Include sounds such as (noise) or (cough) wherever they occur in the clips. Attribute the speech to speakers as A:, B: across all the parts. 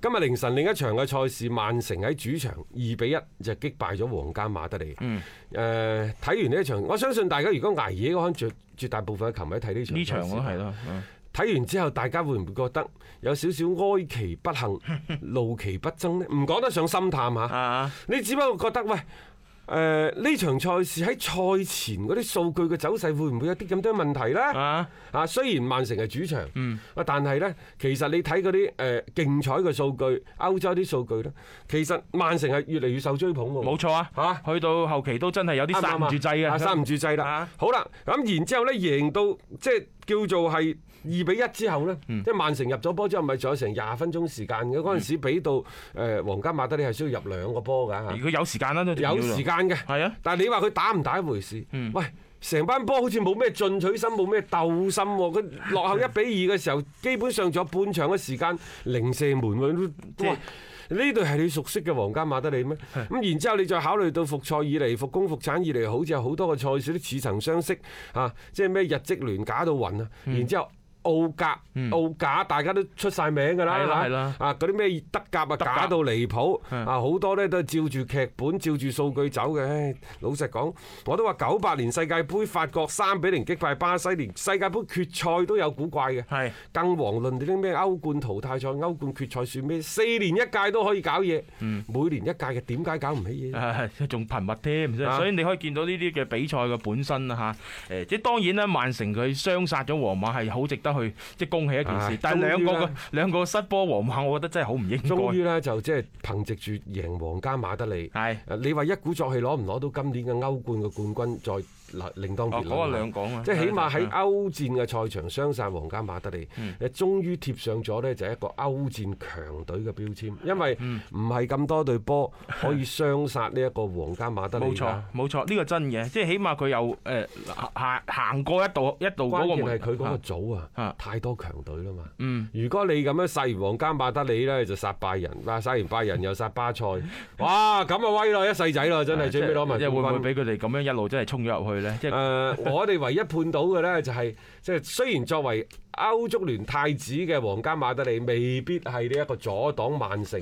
A: 今日凌晨另一場嘅賽事，曼城喺主場二比一就擊敗咗皇家馬德里。嗯。誒、睇完呢一場，我相信大家如果捱夜嗰陣，絕絕大部分嘅球迷睇呢場
B: 呢場
A: 賽事
B: 咯係咯，嗯
A: 睇完之後，大家會唔會覺得有少少哀其不
B: (laughs)
A: 幸，怒其不爭呢？唔講得上心淡嚇。
B: 啊
A: 你只不過覺得喂，誒、呢場賽事喺賽前嗰啲數據嘅走勢會唔會有啲咁多問題呢？
B: 啊嗯
A: 啊，雖然曼城係主場，啊但係呢，其實你睇嗰啲誒競彩嘅數據、歐洲啲數據呢，其實曼城係越嚟越受追捧喎。
B: 冇錯啊，
A: 嚇
B: 去到後期都真係有啲
A: 啱
B: 剎
A: 啱
B: 唔住掣
A: 啊
B: 嘅，
A: 剎唔住掣啦
B: 啊。
A: 好啦，咁然之後呢，贏到即係叫做係二比一之後呢，
B: 嗯
A: 即係曼城入咗波之後，咪仲有成廿分鐘時間嘅。嗰陣時俾到誒皇家馬德里係需要入兩個波㗎嚇
B: 如，果有時間啦，都仲要
A: 有時間嘅。
B: 係啊，
A: 但係你話佢打唔打一回事？
B: 嗯
A: 喂，成班波好似冇咩進取心，冇咩鬥心喎。佢落後一比二嘅時候，基本上仲有半場嘅時間零射門喎。都
B: 即係
A: 哇呢隊係你熟悉嘅皇家馬德里咩？
B: 嗯
A: 咁然之後你再考慮到復賽以嚟、復工復產以嚟，好似有好多個賽事都似曾相識啊！即係咩日職聯假到暈啊！
B: 嗯
A: 然之後。澳甲、澳甲大家都出晒名㗎啦，
B: 係啦係啦
A: 啊嗰啲咩德甲啊
B: 甲
A: 假到離譜，
B: 嗯
A: 啊好多咧都係照住劇本、照住數據走嘅。唉，老實講，我都話九八年世界盃法國三比零擊敗巴西，連世界盃決賽都有古怪嘅。
B: 係
A: 更遑論你啲咩歐冠淘汰賽、歐冠決賽算咩？四年一屆都可以搞嘢，每年一屆嘅點解搞唔起嘢？
B: 誒仲頻密添，
A: 啊
B: 所以你可以見到呢啲嘅比賽嘅本身啦嚇，誒即係當然啦，曼城佢雙殺咗皇馬係好值得去即係恭喜一件
A: 唉
B: 事，但係兩個
A: 終於
B: 嘅
A: 啦
B: 兩個失波皇馬，我覺得真係好唔應
A: 終
B: 該，
A: 於呢，就即係憑藉住贏皇家馬德里。
B: 係
A: 誒你話一鼓作氣攞唔攞到今年嘅歐冠嘅冠軍，再另另當
B: 哦
A: 別論。
B: 嗰個兩講啊，嗯
A: 即係起碼喺歐戰嘅賽場雙殺皇家馬德里，誒終於貼上咗呢就係一個歐戰強隊嘅標籤，因為
B: 嗯
A: 唔係咁多隊波可以雙殺呢一個皇家馬德里
B: 冇錯
A: 㗎。
B: 冇錯，呢個真嘅，即係起碼佢又誒行行過一度一度嗰
A: 關
B: 個
A: 鍵
B: 門
A: 係佢嗰個
B: 啊
A: 組啊
B: 啊，
A: 太多強隊啦嘛。
B: 嗯
A: 如果你咁樣殺完皇家馬德里呢，就殺拜仁，哇！殺完拜仁又殺巴塞，哇！咁啊威咯，一世仔咯，真係最尾攞
B: (laughs) 即
A: 埋
B: 係會唔會
A: 冠軍。啊
B: 俾佢哋咁樣一路真係衝咗入去咧？即 (laughs)
A: 誒、
B: 係
A: 我哋唯一判到嘅呢，就係即係雖然作為歐足聯太子嘅皇家馬德里，未必係呢一個阻擋曼城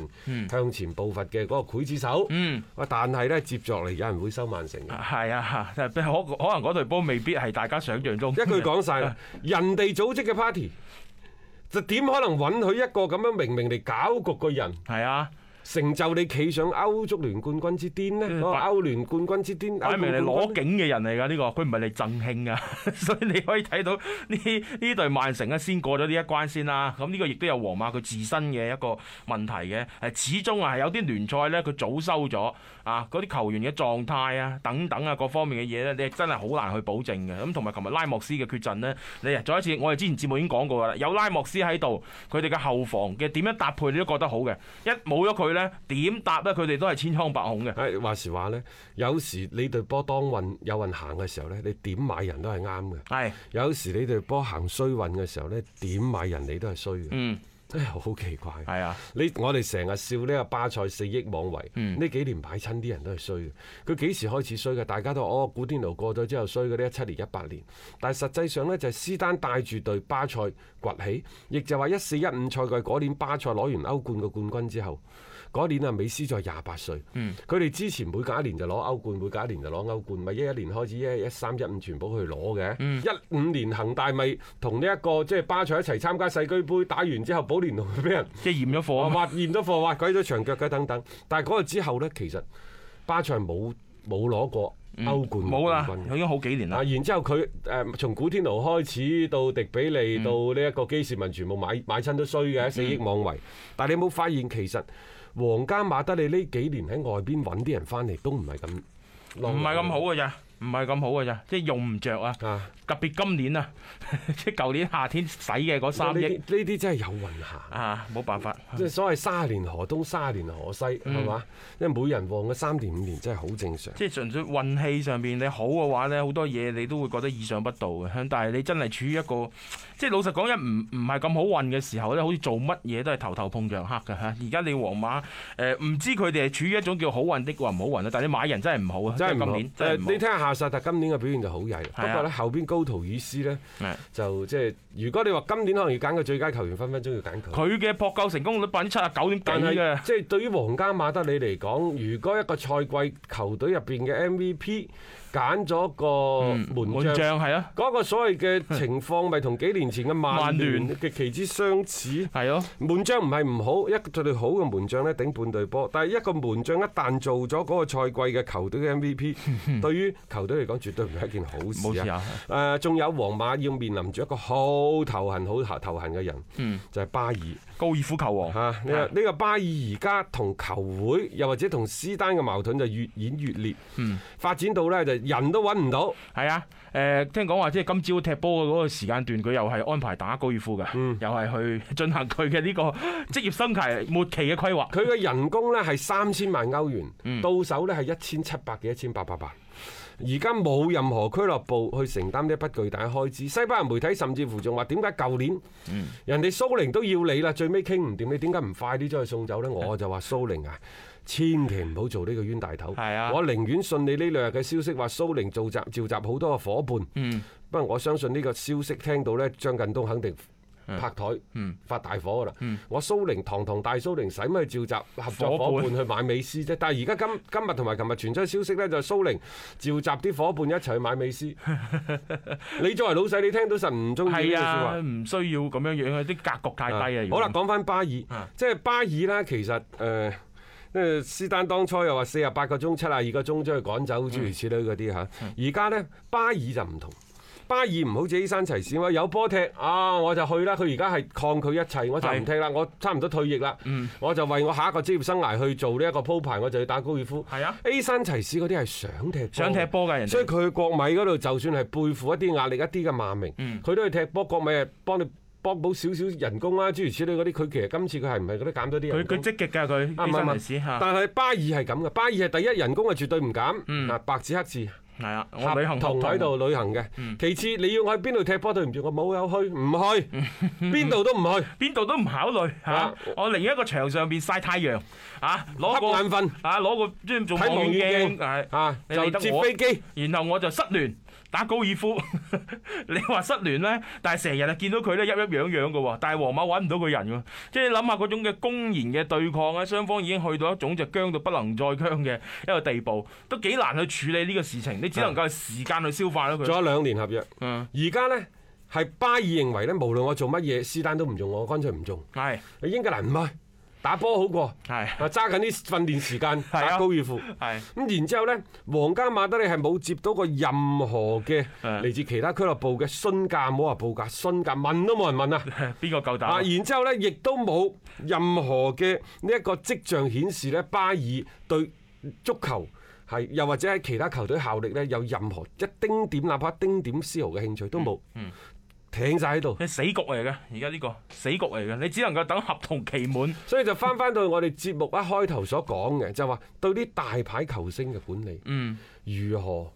A: 向前步伐嘅嗰個劊子手。
B: 嗯。
A: 喂但係呢，接落嚟有人會收曼城嘅。
B: 係啊，可可能嗰隊波未必係大家想象中
A: 一句講
B: (laughs)
A: 晒啦，人哋組織嘅 party 就點可能允許一個咁樣明明嚟搞局嘅人
B: 係啊，
A: 成就你企上歐足聯冠軍之巔呢？
B: 嗯
A: 嗰個
B: 擺
A: 歐聯冠軍之巔，
B: 擺
A: 歐
B: 明你
A: 冠冠軍
B: 攞景嘅人嚟㗎呢個，佢唔係嚟贈慶㗎， (laughs) 所以你可以睇到呢呢隊曼城咧先過咗呢一關先啦。咁呢個亦都有皇馬佢自身嘅一個問題嘅，誒始終啊係有啲聯賽咧佢早收咗啊，嗰啲球員嘅狀態啊等等啊各方面嘅嘢咧，你係真係好難去保證嘅。咁同埋琴日拉莫斯嘅缺陣呢，你啊再一次我哋之前節目已經講過㗎啦，有拉莫斯喺度，佢哋嘅後防嘅點樣搭配你都覺得好嘅，一冇咗佢咧點搭咧佢哋都係千瘡百孔嘅。
A: 誒話時話呢，有時你隊波當運有運行嘅時候呢，你點買人都係啱嘅。
B: 係，
A: 有時你隊波行衰運嘅時候呢，點買人你都係衰嘅。
B: 嗯，
A: 真係好奇怪。
B: 係啊。
A: 你我哋成日笑呢個巴塞四億妄為，呢、
B: 嗯
A: 幾年買親啲人都係衰嘅。佢幾時開始衰嘅？大家都話哦，古天奴過咗之後衰嘅呢，一七年、一八年。但係實際上呢，就係斯丹帶住隊巴塞崛起，亦就話一四一五賽季嗰年巴塞攞完歐冠嘅冠軍之後，嗰年啊美斯在廿八歲。佢哋之前每隔一年就攞歐冠，每隔一年就攞歐冠，咪一一年開始一一三一五全部去攞嘅。一五、年恒大咪同呢一個即係巴塞一齊參加世俱杯，打完之後保連奴俾人。
B: 即係驗咗貨啊
A: 我
B: 嘛，
A: 挖驗咗貨，挖鬼咗長腳嘅等等。但係嗰個之後呢，其實巴塞冇冇攞過歐冠
B: 嗯冇啦
A: 嘅，冠軍。
B: 已經好幾年啦
A: 啊！。然之後佢誒、從古天奴開始到迪比利、
B: 嗯
A: 到呢一個基士文，全部買買親都衰嘅，四億妄為。但係你有冇發現其實皇家馬德里呢幾年喺外邊揾啲人翻嚟都唔係咁，哎
B: 唔係咁好。嘅咋。唔係咁好嘅咋，即係用唔着啊！
A: 啊，
B: 特別今年啊， (laughs) 即係舊年夏天使嘅嗰三
A: 呢啲
B: 億
A: 呢啲真係有運行。
B: 啊，冇辦法。
A: 即係所謂沙連河東、沙連河西，
B: 嗯
A: 係嘛？因為每人旺嘅三年五年真係好正常。
B: 即係純粹運氣上邊你好嘅話呢，好多嘢你都會覺得意想不到嘅。但係你真係處於一個即係老實講，一唔唔係咁好運嘅時候呢，好似做乜嘢都係頭頭碰着黑嘅嚇。而家你皇馬誒唔、知佢哋係處於一種叫好運的話唔好運啦，啊但係你買人真係唔好啊，
A: 真係唔
B: 今
A: 好。
B: 年
A: 誒
B: 真係唔
A: 你
B: 好
A: 睇下夏薩特今年嘅表現就好曳，不
B: 係啊
A: 過咧後邊高圖爾斯咧
B: 係
A: 就即係如果你話今年可能要揀個最佳球員，分分鐘要揀佢。
B: 佢嘅撲救成功率百分之七十九點
A: 但
B: 幾嘅
A: 係。即係對於皇家馬德里嚟講，如果一個賽季球隊入邊嘅 MVP 揀咗個
B: 嗯
A: 哦門將，
B: 將係啊，
A: 嗰個所謂嘅情況咪同幾年前嘅曼
B: 曼聯
A: 聯嘅旗之相似。
B: 係咯，
A: 門將唔係唔好，一對好嘅門將咧頂半隊波，但係一個門將一旦做咗嗰個賽季嘅球隊嘅
B: (laughs)
A: MVP，對於球隊嚟講絕對唔係一件好
B: 冇
A: 事
B: 事
A: 啊！
B: 啊。
A: 誒，仲有皇馬要面臨住一個好頭痕、好頭頭痕嘅人，
B: 嗯哦
A: 就係巴爾
B: 高爾夫球王
A: 嚇。呢個呢個巴爾而家同球會又或者同斯丹嘅矛盾就越演越烈，
B: 嗯
A: 發展到呢就人都揾唔到。
B: 係啊，誒、聽講話即係今朝踢波嘅嗰個時間段，佢又係安排打高爾夫嘅，
A: 嗯
B: 又係去進行佢嘅呢個職業生涯末期嘅規劃。
A: 佢嘅人工呢係三千萬歐元，
B: 嗯
A: 到手呢係一千七百幾、一千八百萬。而家冇任何俱樂部去承擔呢一筆巨大嘅開支。西班牙媒體甚至乎仲話：點解舊年
B: 嗯
A: 人哋蘇寧都要你啦，最尾傾唔掂，你點解唔快啲將佢送走
B: 嗯
A: 呢？我就話蘇寧啊，千祈唔好做呢個冤大頭。
B: 係啊
A: 我寧願信你呢兩日嘅消息話蘇寧召集召集好多嘅伙伴。
B: 嗯
A: 不過我相信呢個消息聽到呢，張近東肯定拍台、
B: 嗯
A: 發大火噶啦。我蘇寧堂堂大蘇寧，使乜去召集合作伙
B: 伙
A: 伴
B: 伴
A: 去買美斯啫？但係而家今今日同埋琴日傳出嘅消息呢，就係蘇寧召集啲伙伴一齊去買美
B: (laughs)
A: 斯。你作為老細，你聽到實唔中意呢句
B: 係
A: 説
B: 啊，
A: 話。
B: 唔需要咁樣樣啊，啲格局太低啊。如
A: 好
B: 果
A: 啦，，講翻巴爾，即
B: 啊
A: 係巴爾呢，其實誒。呃因為斯丹當初又話四十八個鐘、七十二個鐘將佢趕走，諸如此類嗰啲嚇。
B: 嗯
A: 而家呢，巴爾就唔同，巴爾唔好似依山齊士話有波踢啊，我就去啦。佢而家係抗拒一切，我就唔
B: 係嗯
A: 踢啦，我差唔多退役啦，我就為我下一個職業生涯去做呢一個鋪排，我就要打高爾夫。
B: 係啊，
A: A 山齊士嗰啲係想踢波嘅
B: 想踢波㗎人
A: 所以
B: 哋。
A: 佢去國米嗰度，就算係背負一啲壓力、一啲嘅罵名，佢、
B: 嗯
A: 都去踢波。國米係幫你幫補少少人工啦，諸如此類嗰啲。佢其實今次佢係唔係嗰啲減咗啲
B: 佢
A: 人工
B: 佢積極㗎，
A: 啊
B: 佢
A: 唔
B: 呢
A: 係
B: 三
A: 唔係
B: 文士嚇，
A: 但係巴爾係咁嘅，巴爾係第一人工係絕對唔減，
B: 嗯
A: 啊白紙黑字，
B: 係啊，我旅行
A: 同喺度履行嘅。
B: 嗯
A: 其次你要我去邊度踢波，對唔住我冇有去，唔去，(laughs)
B: 嗯
A: 邊度都唔去，
B: 邊度都唔考慮
A: 啊
B: 嚇，我寧願一個場上邊曬太陽啊，攞
A: 瞌眼
B: 個
A: 瞓
B: 啊攞個專做
A: 睇
B: 望
A: 望
B: 遠
A: 遠
B: 鏡係
A: 鏡啊，
B: 你理
A: 就
B: 得
A: 接
B: 我
A: 飛機。
B: 然後我就失聯打高爾夫， (laughs) 你話失聯呢？但係成日就見到佢咧一一樣樣嘅喎，但係皇馬揾唔到佢人喎，即係你諗下嗰種嘅公然嘅對抗咧，雙方已經去到一種就僵到不能再僵嘅一個地步，都幾難去處理呢個事情，你只能夠時間去消化咗
A: 仲
B: 佢。
A: 有兩年合約，
B: 嗯，
A: 而家呢，係巴爾認為呢，無論我做乜嘢，斯丹都唔用我，乾脆唔中。
B: 係
A: 英格蘭唔係打波好過，
B: 係
A: 啊揸緊啲訓練時間
B: 啊
A: 打高爾夫。
B: 係
A: 咁然之後呢，皇家馬德里係冇接到過任何嘅
B: 啊
A: 嚟自其他俱樂部嘅詢價，冇話報價，詢價問都冇人問啊！
B: 邊個夠
A: 啊，
B: 膽？
A: 然之後呢，亦都冇任何嘅呢一個跡象顯示呢，巴爾對足球係又或者喺其他球隊效力呢，有任何一丁點哪怕一丁點絲毫嘅興趣都冇，挺晒喺度。
B: 你死局嚟嘅，而家呢個死局嚟嘅，你只能夠等合同期滿。
A: 所以就翻翻到我哋節目一啊開頭所講嘅，就話對啲大牌球星嘅管理
B: 嗯，
A: 如何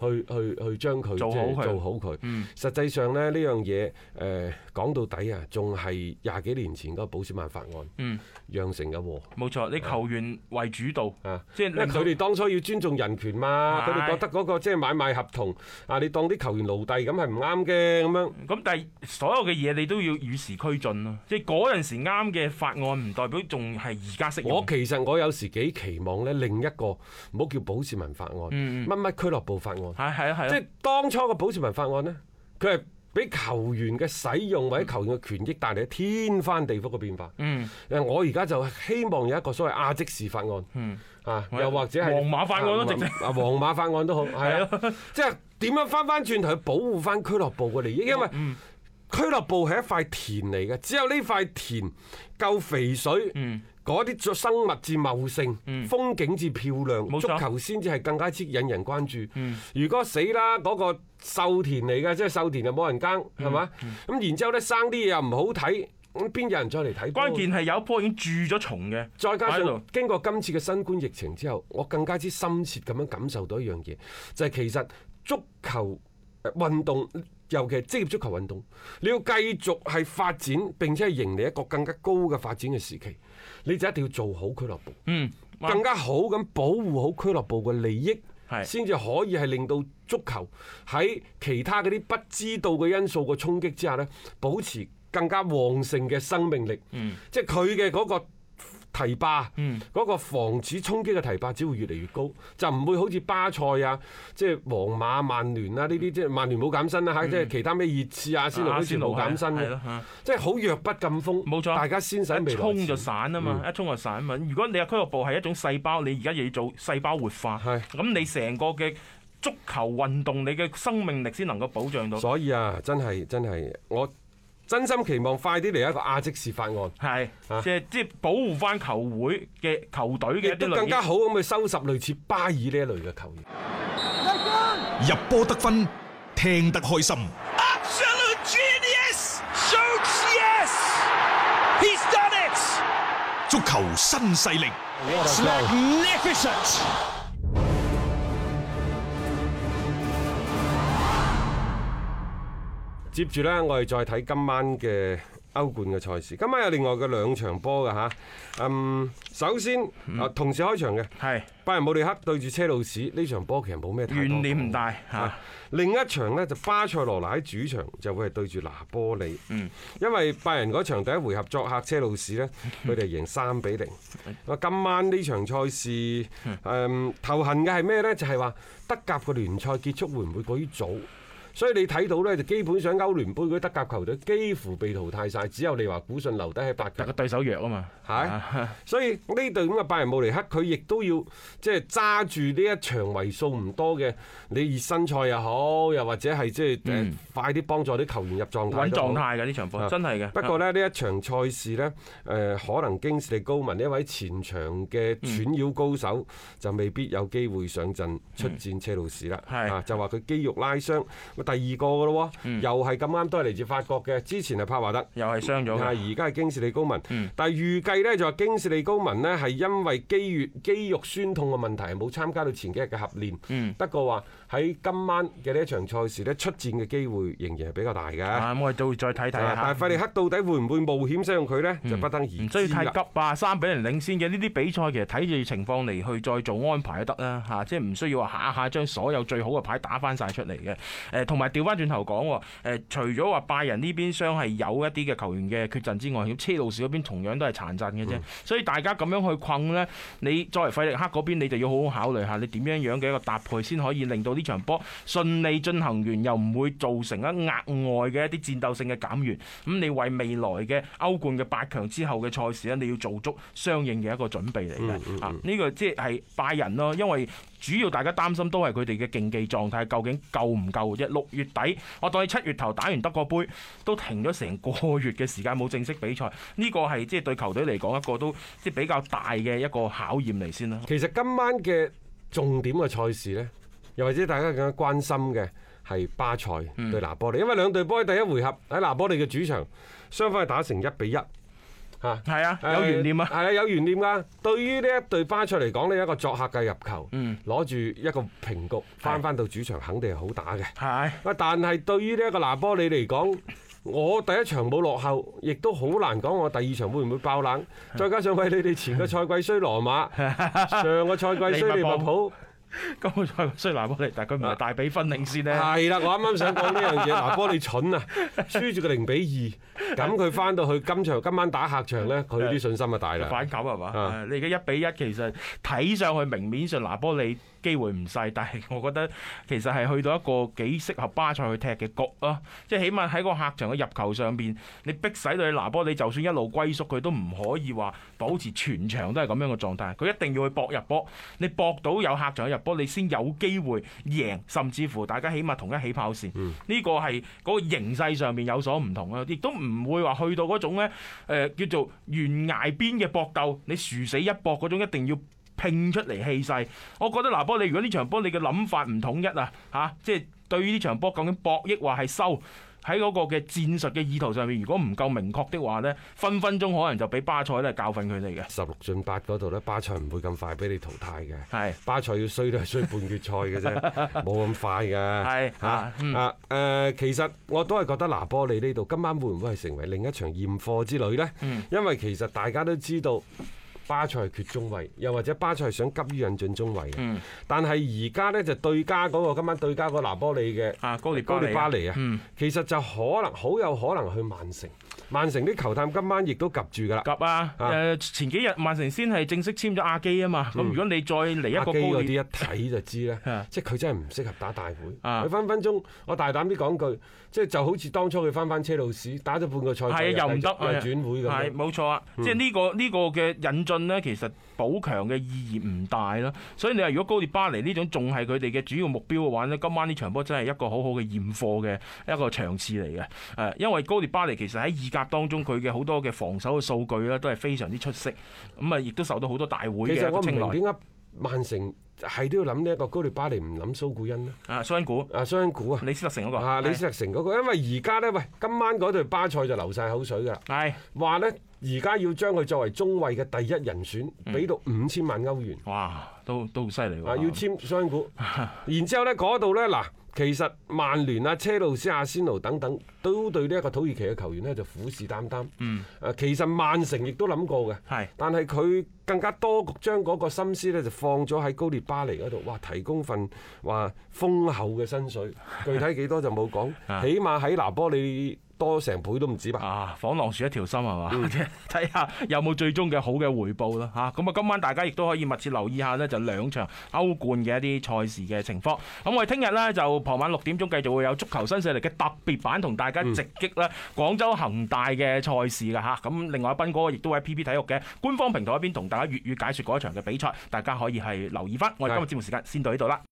A: 去去去將佢
B: 做好
A: 即係
B: 佢
A: 做好佢。
B: 嗯
A: 實際上咧，呢樣嘢誒講到底啊，仲係廿幾年前嗰個保選曼法案，
B: 嗯
A: 釀成嘅禍。
B: 冇錯，你球員為主導，
A: 啊！
B: 即係
A: 因為
B: 令
A: 佢
B: 到
A: 哋當初要尊重人權嘛，
B: 係
A: 佢哋覺得嗰個即係買賣合同啊，你當啲球員奴隸咁係唔啱嘅咁樣。
B: 咁但係所有嘅嘢你都要與時俱進咯，即係嗰陣時啱嘅法案唔代表仲係而家適
A: 我
B: 用。
A: 其實我有時幾期望咧，另一個唔好叫保市民法案，乜
B: 嗯
A: 乜俱樂部法案。
B: 係係啊係啊，
A: 即係當初嘅保持文法案呢，佢係俾球員嘅使用或者球員嘅權益帶嚟天翻地覆嘅變化。
B: 嗯
A: 誒，我而家就希望有一個所謂亞積士法案
B: 嗯，
A: 啊，
B: 我
A: 又或者係
B: 皇馬法案咯
A: 啊
B: 直接
A: 啊皇馬法案都
B: (laughs)
A: 好，係
B: 係
A: 啊，
B: 咯，
A: 即係點樣翻翻轉頭去保護翻俱樂部嘅利益，因為。
B: 嗯
A: 俱樂部係一塊田嚟嘅，只有呢塊田夠肥水、
B: 嗯
A: 嗰啲作生物至茂盛，風景至漂亮，
B: 冇
A: 足
B: 錯
A: 球先至係更加之引人關注。
B: 嗯
A: 如果死啦，嗰、個秀田嚟嘅，即係秀田就冇人耕，係嘛？
B: 嗯
A: 咁然之後咧，生啲嘢又唔好睇，咁邊有人再嚟睇波？
B: 關鍵係有一波已經住咗蟲嘅，
A: 再加
B: 喺度
A: 上經過今次嘅新冠疫情之後，我更加之深切咁樣感受到一樣嘢，就係、其實足球呃運動，尤其係職業足球運動，你要繼續係發展並且係迎嚟一個更加高嘅發展嘅時期，你就一定要做好俱樂部，
B: 嗯，哇
A: 更加好咁保護好俱樂部嘅利益。
B: 係
A: 先至可以係令到足球喺其他嗰啲不知道嘅因素嘅衝擊之下呢保持更加旺盛嘅生命力。
B: 嗯
A: 即係佢嘅嗰個提拔，嗰、
B: 嗯
A: 個防止衝擊嘅提拔只會越嚟越高，就唔會好似巴塞啊、即係皇馬、曼聯啊呢
B: 嗯
A: 啲，即係曼聯冇減薪啦、嚇即係其他咩熱刺、啊阿仙奴
B: 啊阿
A: 好似
B: 仙奴
A: 冇減薪
B: 係
A: 嘅
B: 咯嚇
A: 即係好弱不禁風，
B: 冇錯
A: 大家先使
B: 一
A: 未來嗯
B: 衝
A: 錢
B: 就散啊嘛，一衝就散啊嘛。如果你嘅俱樂部係一種細胞，你而家又要做細胞活化，
A: 係
B: 咁你成個嘅足球運動，你嘅生命力先能夠保障到。
A: 所以啊，真係真係，我真心期望快啲嚟一個亞積士法案。
B: 係，
A: 啊
B: 即係即係保護翻球會嘅球隊嘅
A: 亦
B: 一啲
A: 都
B: 利
A: 更
B: 益
A: 加。好咁去收拾類似巴爾呢一類嘅球員。
C: 入波得分，聽得開心。
D: Absolute genius! Shoots yes! He's done it!
C: 足球新勢力，
D: Magnificent!
A: 接住呢，我哋再睇今晚嘅歐冠嘅賽事。今晚有另外嘅兩場波嘅嚇，嗯，首先啊，
B: 嗯
A: 同時開場嘅
B: 係
A: 拜仁慕尼黑對住車路士呢場波，其實冇咩太多
B: 懸念唔
A: 講。
B: 大嚇
A: 啊，另一場呢，就巴塞羅那喺主場就會係對住拿波里，因為拜仁嗰場第一回合作客車路士呢，佢哋贏三比零。咁啊今晚呢場賽事，誒頭痕嘅係咩呢？就係話德甲嘅聯賽結束會唔會過於早？所以你睇到呢，就基本上歐聯杯嗰啲德甲球隊幾乎被淘汰晒，只有利華古信留低喺八強
B: 但個。對手弱啊嘛。
A: 係，
B: 啊 (laughs)
A: 所以呢隊咁嘅拜仁慕尼黑，佢亦都要即係揸住呢一場為數唔多嘅，你熱身賽又好，又或者係即係誒快啲幫助啲球員入狀態
B: 揾
A: 都好。
B: 嗯狀態嘅呢場波，
A: 啊
B: 真係嘅。
A: 不過呢，呢一場賽事呢，誒、可能京士利高文呢位前場嘅
B: 嗯
A: 串擾高手、就未必有機會上陣出戰車路士啦。
B: 嗯係嗯
A: 啊，就話佢肌肉拉傷，咁啊第二個嘅咯喎，又係咁啱都係嚟自法國嘅，之前係帕華特。
B: 又係傷咗
A: 啊！
B: 嘅，
A: 而家係京士利高文，
B: 嗯
A: 但係預計呢，就話京士利高文呢係因為肌肉肌肉酸痛嘅問題，冇參加到前幾日嘅合練。
B: 嗯
A: 不過話喺今晚嘅呢一場賽事呢，出戰嘅機會仍然係比較大嘅。
B: 啊咁我哋到再睇睇
A: 啊但係費
B: 下。
A: 利克到底會唔會冒險使用佢呢？就不得而知
B: 唔需要太
A: 啦
B: 急啊！三比零領先嘅呢啲比賽，其實睇住情況嚟去再做安排都得啦嚇，即係唔需要話下下將所有最好嘅牌打翻晒出嚟嘅。誒，同埋調翻轉頭講喎，誒，除咗話拜仁呢邊傷係有一啲嘅球員嘅缺陣之外，咁車路士嗰邊同樣都係殘陣嘅啫。所以大家咁樣去困呢，你作為費力克嗰邊，你就要好好考慮下你點樣樣嘅一個搭配，先可以令到呢場波順利進行完，又唔會造成一額外嘅一啲戰鬥性嘅減員。咁你為未來嘅歐冠嘅八強之後嘅賽事咧，你要做足相應嘅一個準備嚟嘅。啊，呢個即係拜仁咯，因為主要大家擔心都係佢哋嘅競技狀態究竟夠唔夠啫。六月底，我當你七月頭打完德國杯，都停咗成個月嘅時間冇正式比賽，呢個係即係對球隊嚟講一個都即係比較大嘅一個考驗嚟先啦。
A: 其實今晚嘅重點嘅賽事呢，又或者大家更加關心嘅係巴塞對拿波利，因為兩隊波喺第一回合喺拿波利嘅主場，雙方係打成一比一嚇。
B: 係啊，有
A: 誒
B: 懸念啊！
A: 係啊，有懸念㗎。對於呢一隊巴塞嚟講呢一個作客嘅入球，
B: 嗯
A: 攞住一個平局，翻翻到主場肯定係好打嘅。
B: 係
A: 啊，但係對於呢一個拿波里嚟講，我第一場冇落後，亦都好難講我第二場會唔會爆
B: (laughs)
A: 冷。再加上喂，你哋前個賽季衰羅馬，上個賽季衰利物浦，
B: (laughs) 今個賽季雖拿波利，但係佢唔係大比分領先呢。
A: 係啦，我啱啱想講呢
B: (laughs)
A: 樣嘢，拿波里蠢啊，輸住個零比二，咁佢翻到去今場今晚打客場呢，佢啲信心就大啦。
B: (laughs) 反球係嘛？
A: 啊
B: 誒你而家一比一，其實睇上去明面上拿波利機會唔細，但係我覺得其實係去到一個幾適合巴塞去踢嘅局啊！即係起碼喺個客場嘅入球上邊，你逼使到你拿波利，就算一路龜縮，佢都唔可以話保持全場都係咁樣嘅狀態。佢一定要去搏入波，你搏到有客場嘅入波，你先有機會贏，甚至乎大家起碼同一起跑線。呢個係嗰個形勢上面有所唔同啊啦，亦都唔會話去到嗰種咧誒、呃叫做懸崖邊嘅搏鬥，你殊死一搏嗰種一定要。拼出嚟氣勢，我覺得拿波，你如果呢場波你嘅諗法唔統一啊，嚇、即係對於呢場波究竟博弈或係收，喺嗰個嘅戰術嘅意圖上面，如果唔夠明確的話呢分分鐘可能就俾巴塞咧教訓佢哋嘅。
A: 十六進八嗰度呢，巴塞唔會咁快俾你淘汰嘅。
B: 係
A: 巴塞要衰都係衰半決賽嘅
B: (laughs)
A: 啫，冇咁快嘅。
B: 係
A: 嚇
B: 啊嗯
A: 啊誒，其實我都係覺得拿波利呢度今晚會唔會係成為另一場驗貨之旅呢？
B: 嗯
A: 因為其實大家都知道。巴塞缺中衞，又或者巴塞想急於引進中衞嘅，
B: 嗯
A: 但係而家呢，就對家嗰、個今晚對家嗰個拿波利嘅
B: 啊高列巴
A: 高
B: 黎
A: 列巴黎啊，
B: 嗯
A: 其實就可能好有可能去曼城，曼城啲球探今晚亦都及住㗎啦。
B: 夾啊！誒、
A: 啊
B: 前幾日曼城先係正式簽咗阿基啊嘛，咁、如果你再嚟一
A: 阿
B: 個
A: 基
B: 高
A: 嗰啲
B: 點，
A: 一睇就知
B: 啊
A: 咧， (laughs) 即係佢真係唔適合打大會。
B: 啊
A: 佢分分鐘，我大膽啲講句，即係就好似當初佢翻翻車路士打咗半個賽季，
B: 係啊又唔得，
A: 又轉會咁樣。
B: 係
A: 嗯
B: 冇錯啊！即係呢個呢個嘅引進呢，其實補強嘅意義唔大啦。所以你話如果高列巴黎呢種仲係佢哋嘅主要目標嘅話呢，今晚呢場波真係一個好好嘅驗貨嘅一個場次嚟嘅。誒，因為高列巴黎其實喺意甲當中佢嘅好多嘅防守嘅數據呢，都係非常之出色，咁啊亦都受到好多大會嘅
A: 其實我
B: 一個
A: 唔
B: 青
A: 明
B: 睞
A: 點解曼城係都要諗呢一個高利巴黎，唔諗蘇古恩呢？
B: 啊，雙股
A: 啊，雙股啊，
B: 李斯特城嗰個
A: 啊，李斯特城嗰個，因為而家呢，喂，今晚嗰隊巴塞就流晒口水㗎啦，
B: 係
A: 話呢，而家要將佢作為中衞嘅第一人選，
B: 嗯
A: 俾到五千萬歐元。
B: 哇，都都好犀利
A: 啊，要
B: 喎！
A: 簽雙 (laughs) 股，然之後呢，嗰度呢，嗱，其實曼聯啊、車路士、阿仙奴等等，都對呢一個土耳其嘅球員呢就虎視眈眈。嗯，其實曼城亦都諗過嘅，
B: 係
A: 但係佢更加多將嗰個心思呢就放咗喺高列巴黎嗰度，哇！提供份話豐厚嘅薪水，具體幾多就冇講，起碼喺拿波利多成倍都唔止吧。
B: 啊，房狼樹一條心係嘛？ (laughs) 即係睇下有冇最終嘅好嘅回報啦嚇。咁啊，今晚大家亦都可以密切留意下呢，就兩場歐冠嘅一啲賽事嘅情況。咁我哋聽日呢，就傍晚六點鐘繼續會有足球新勢力嘅特別版同大家直擊啦廣州恒大嘅賽事㗎嚇。咁另外斌哥亦都喺 PP 體育嘅官方平台嗰邊同大家粵語解説嗰一場嘅比賽，大家可以係留意翻。我哋今日節目時間先到呢度啦。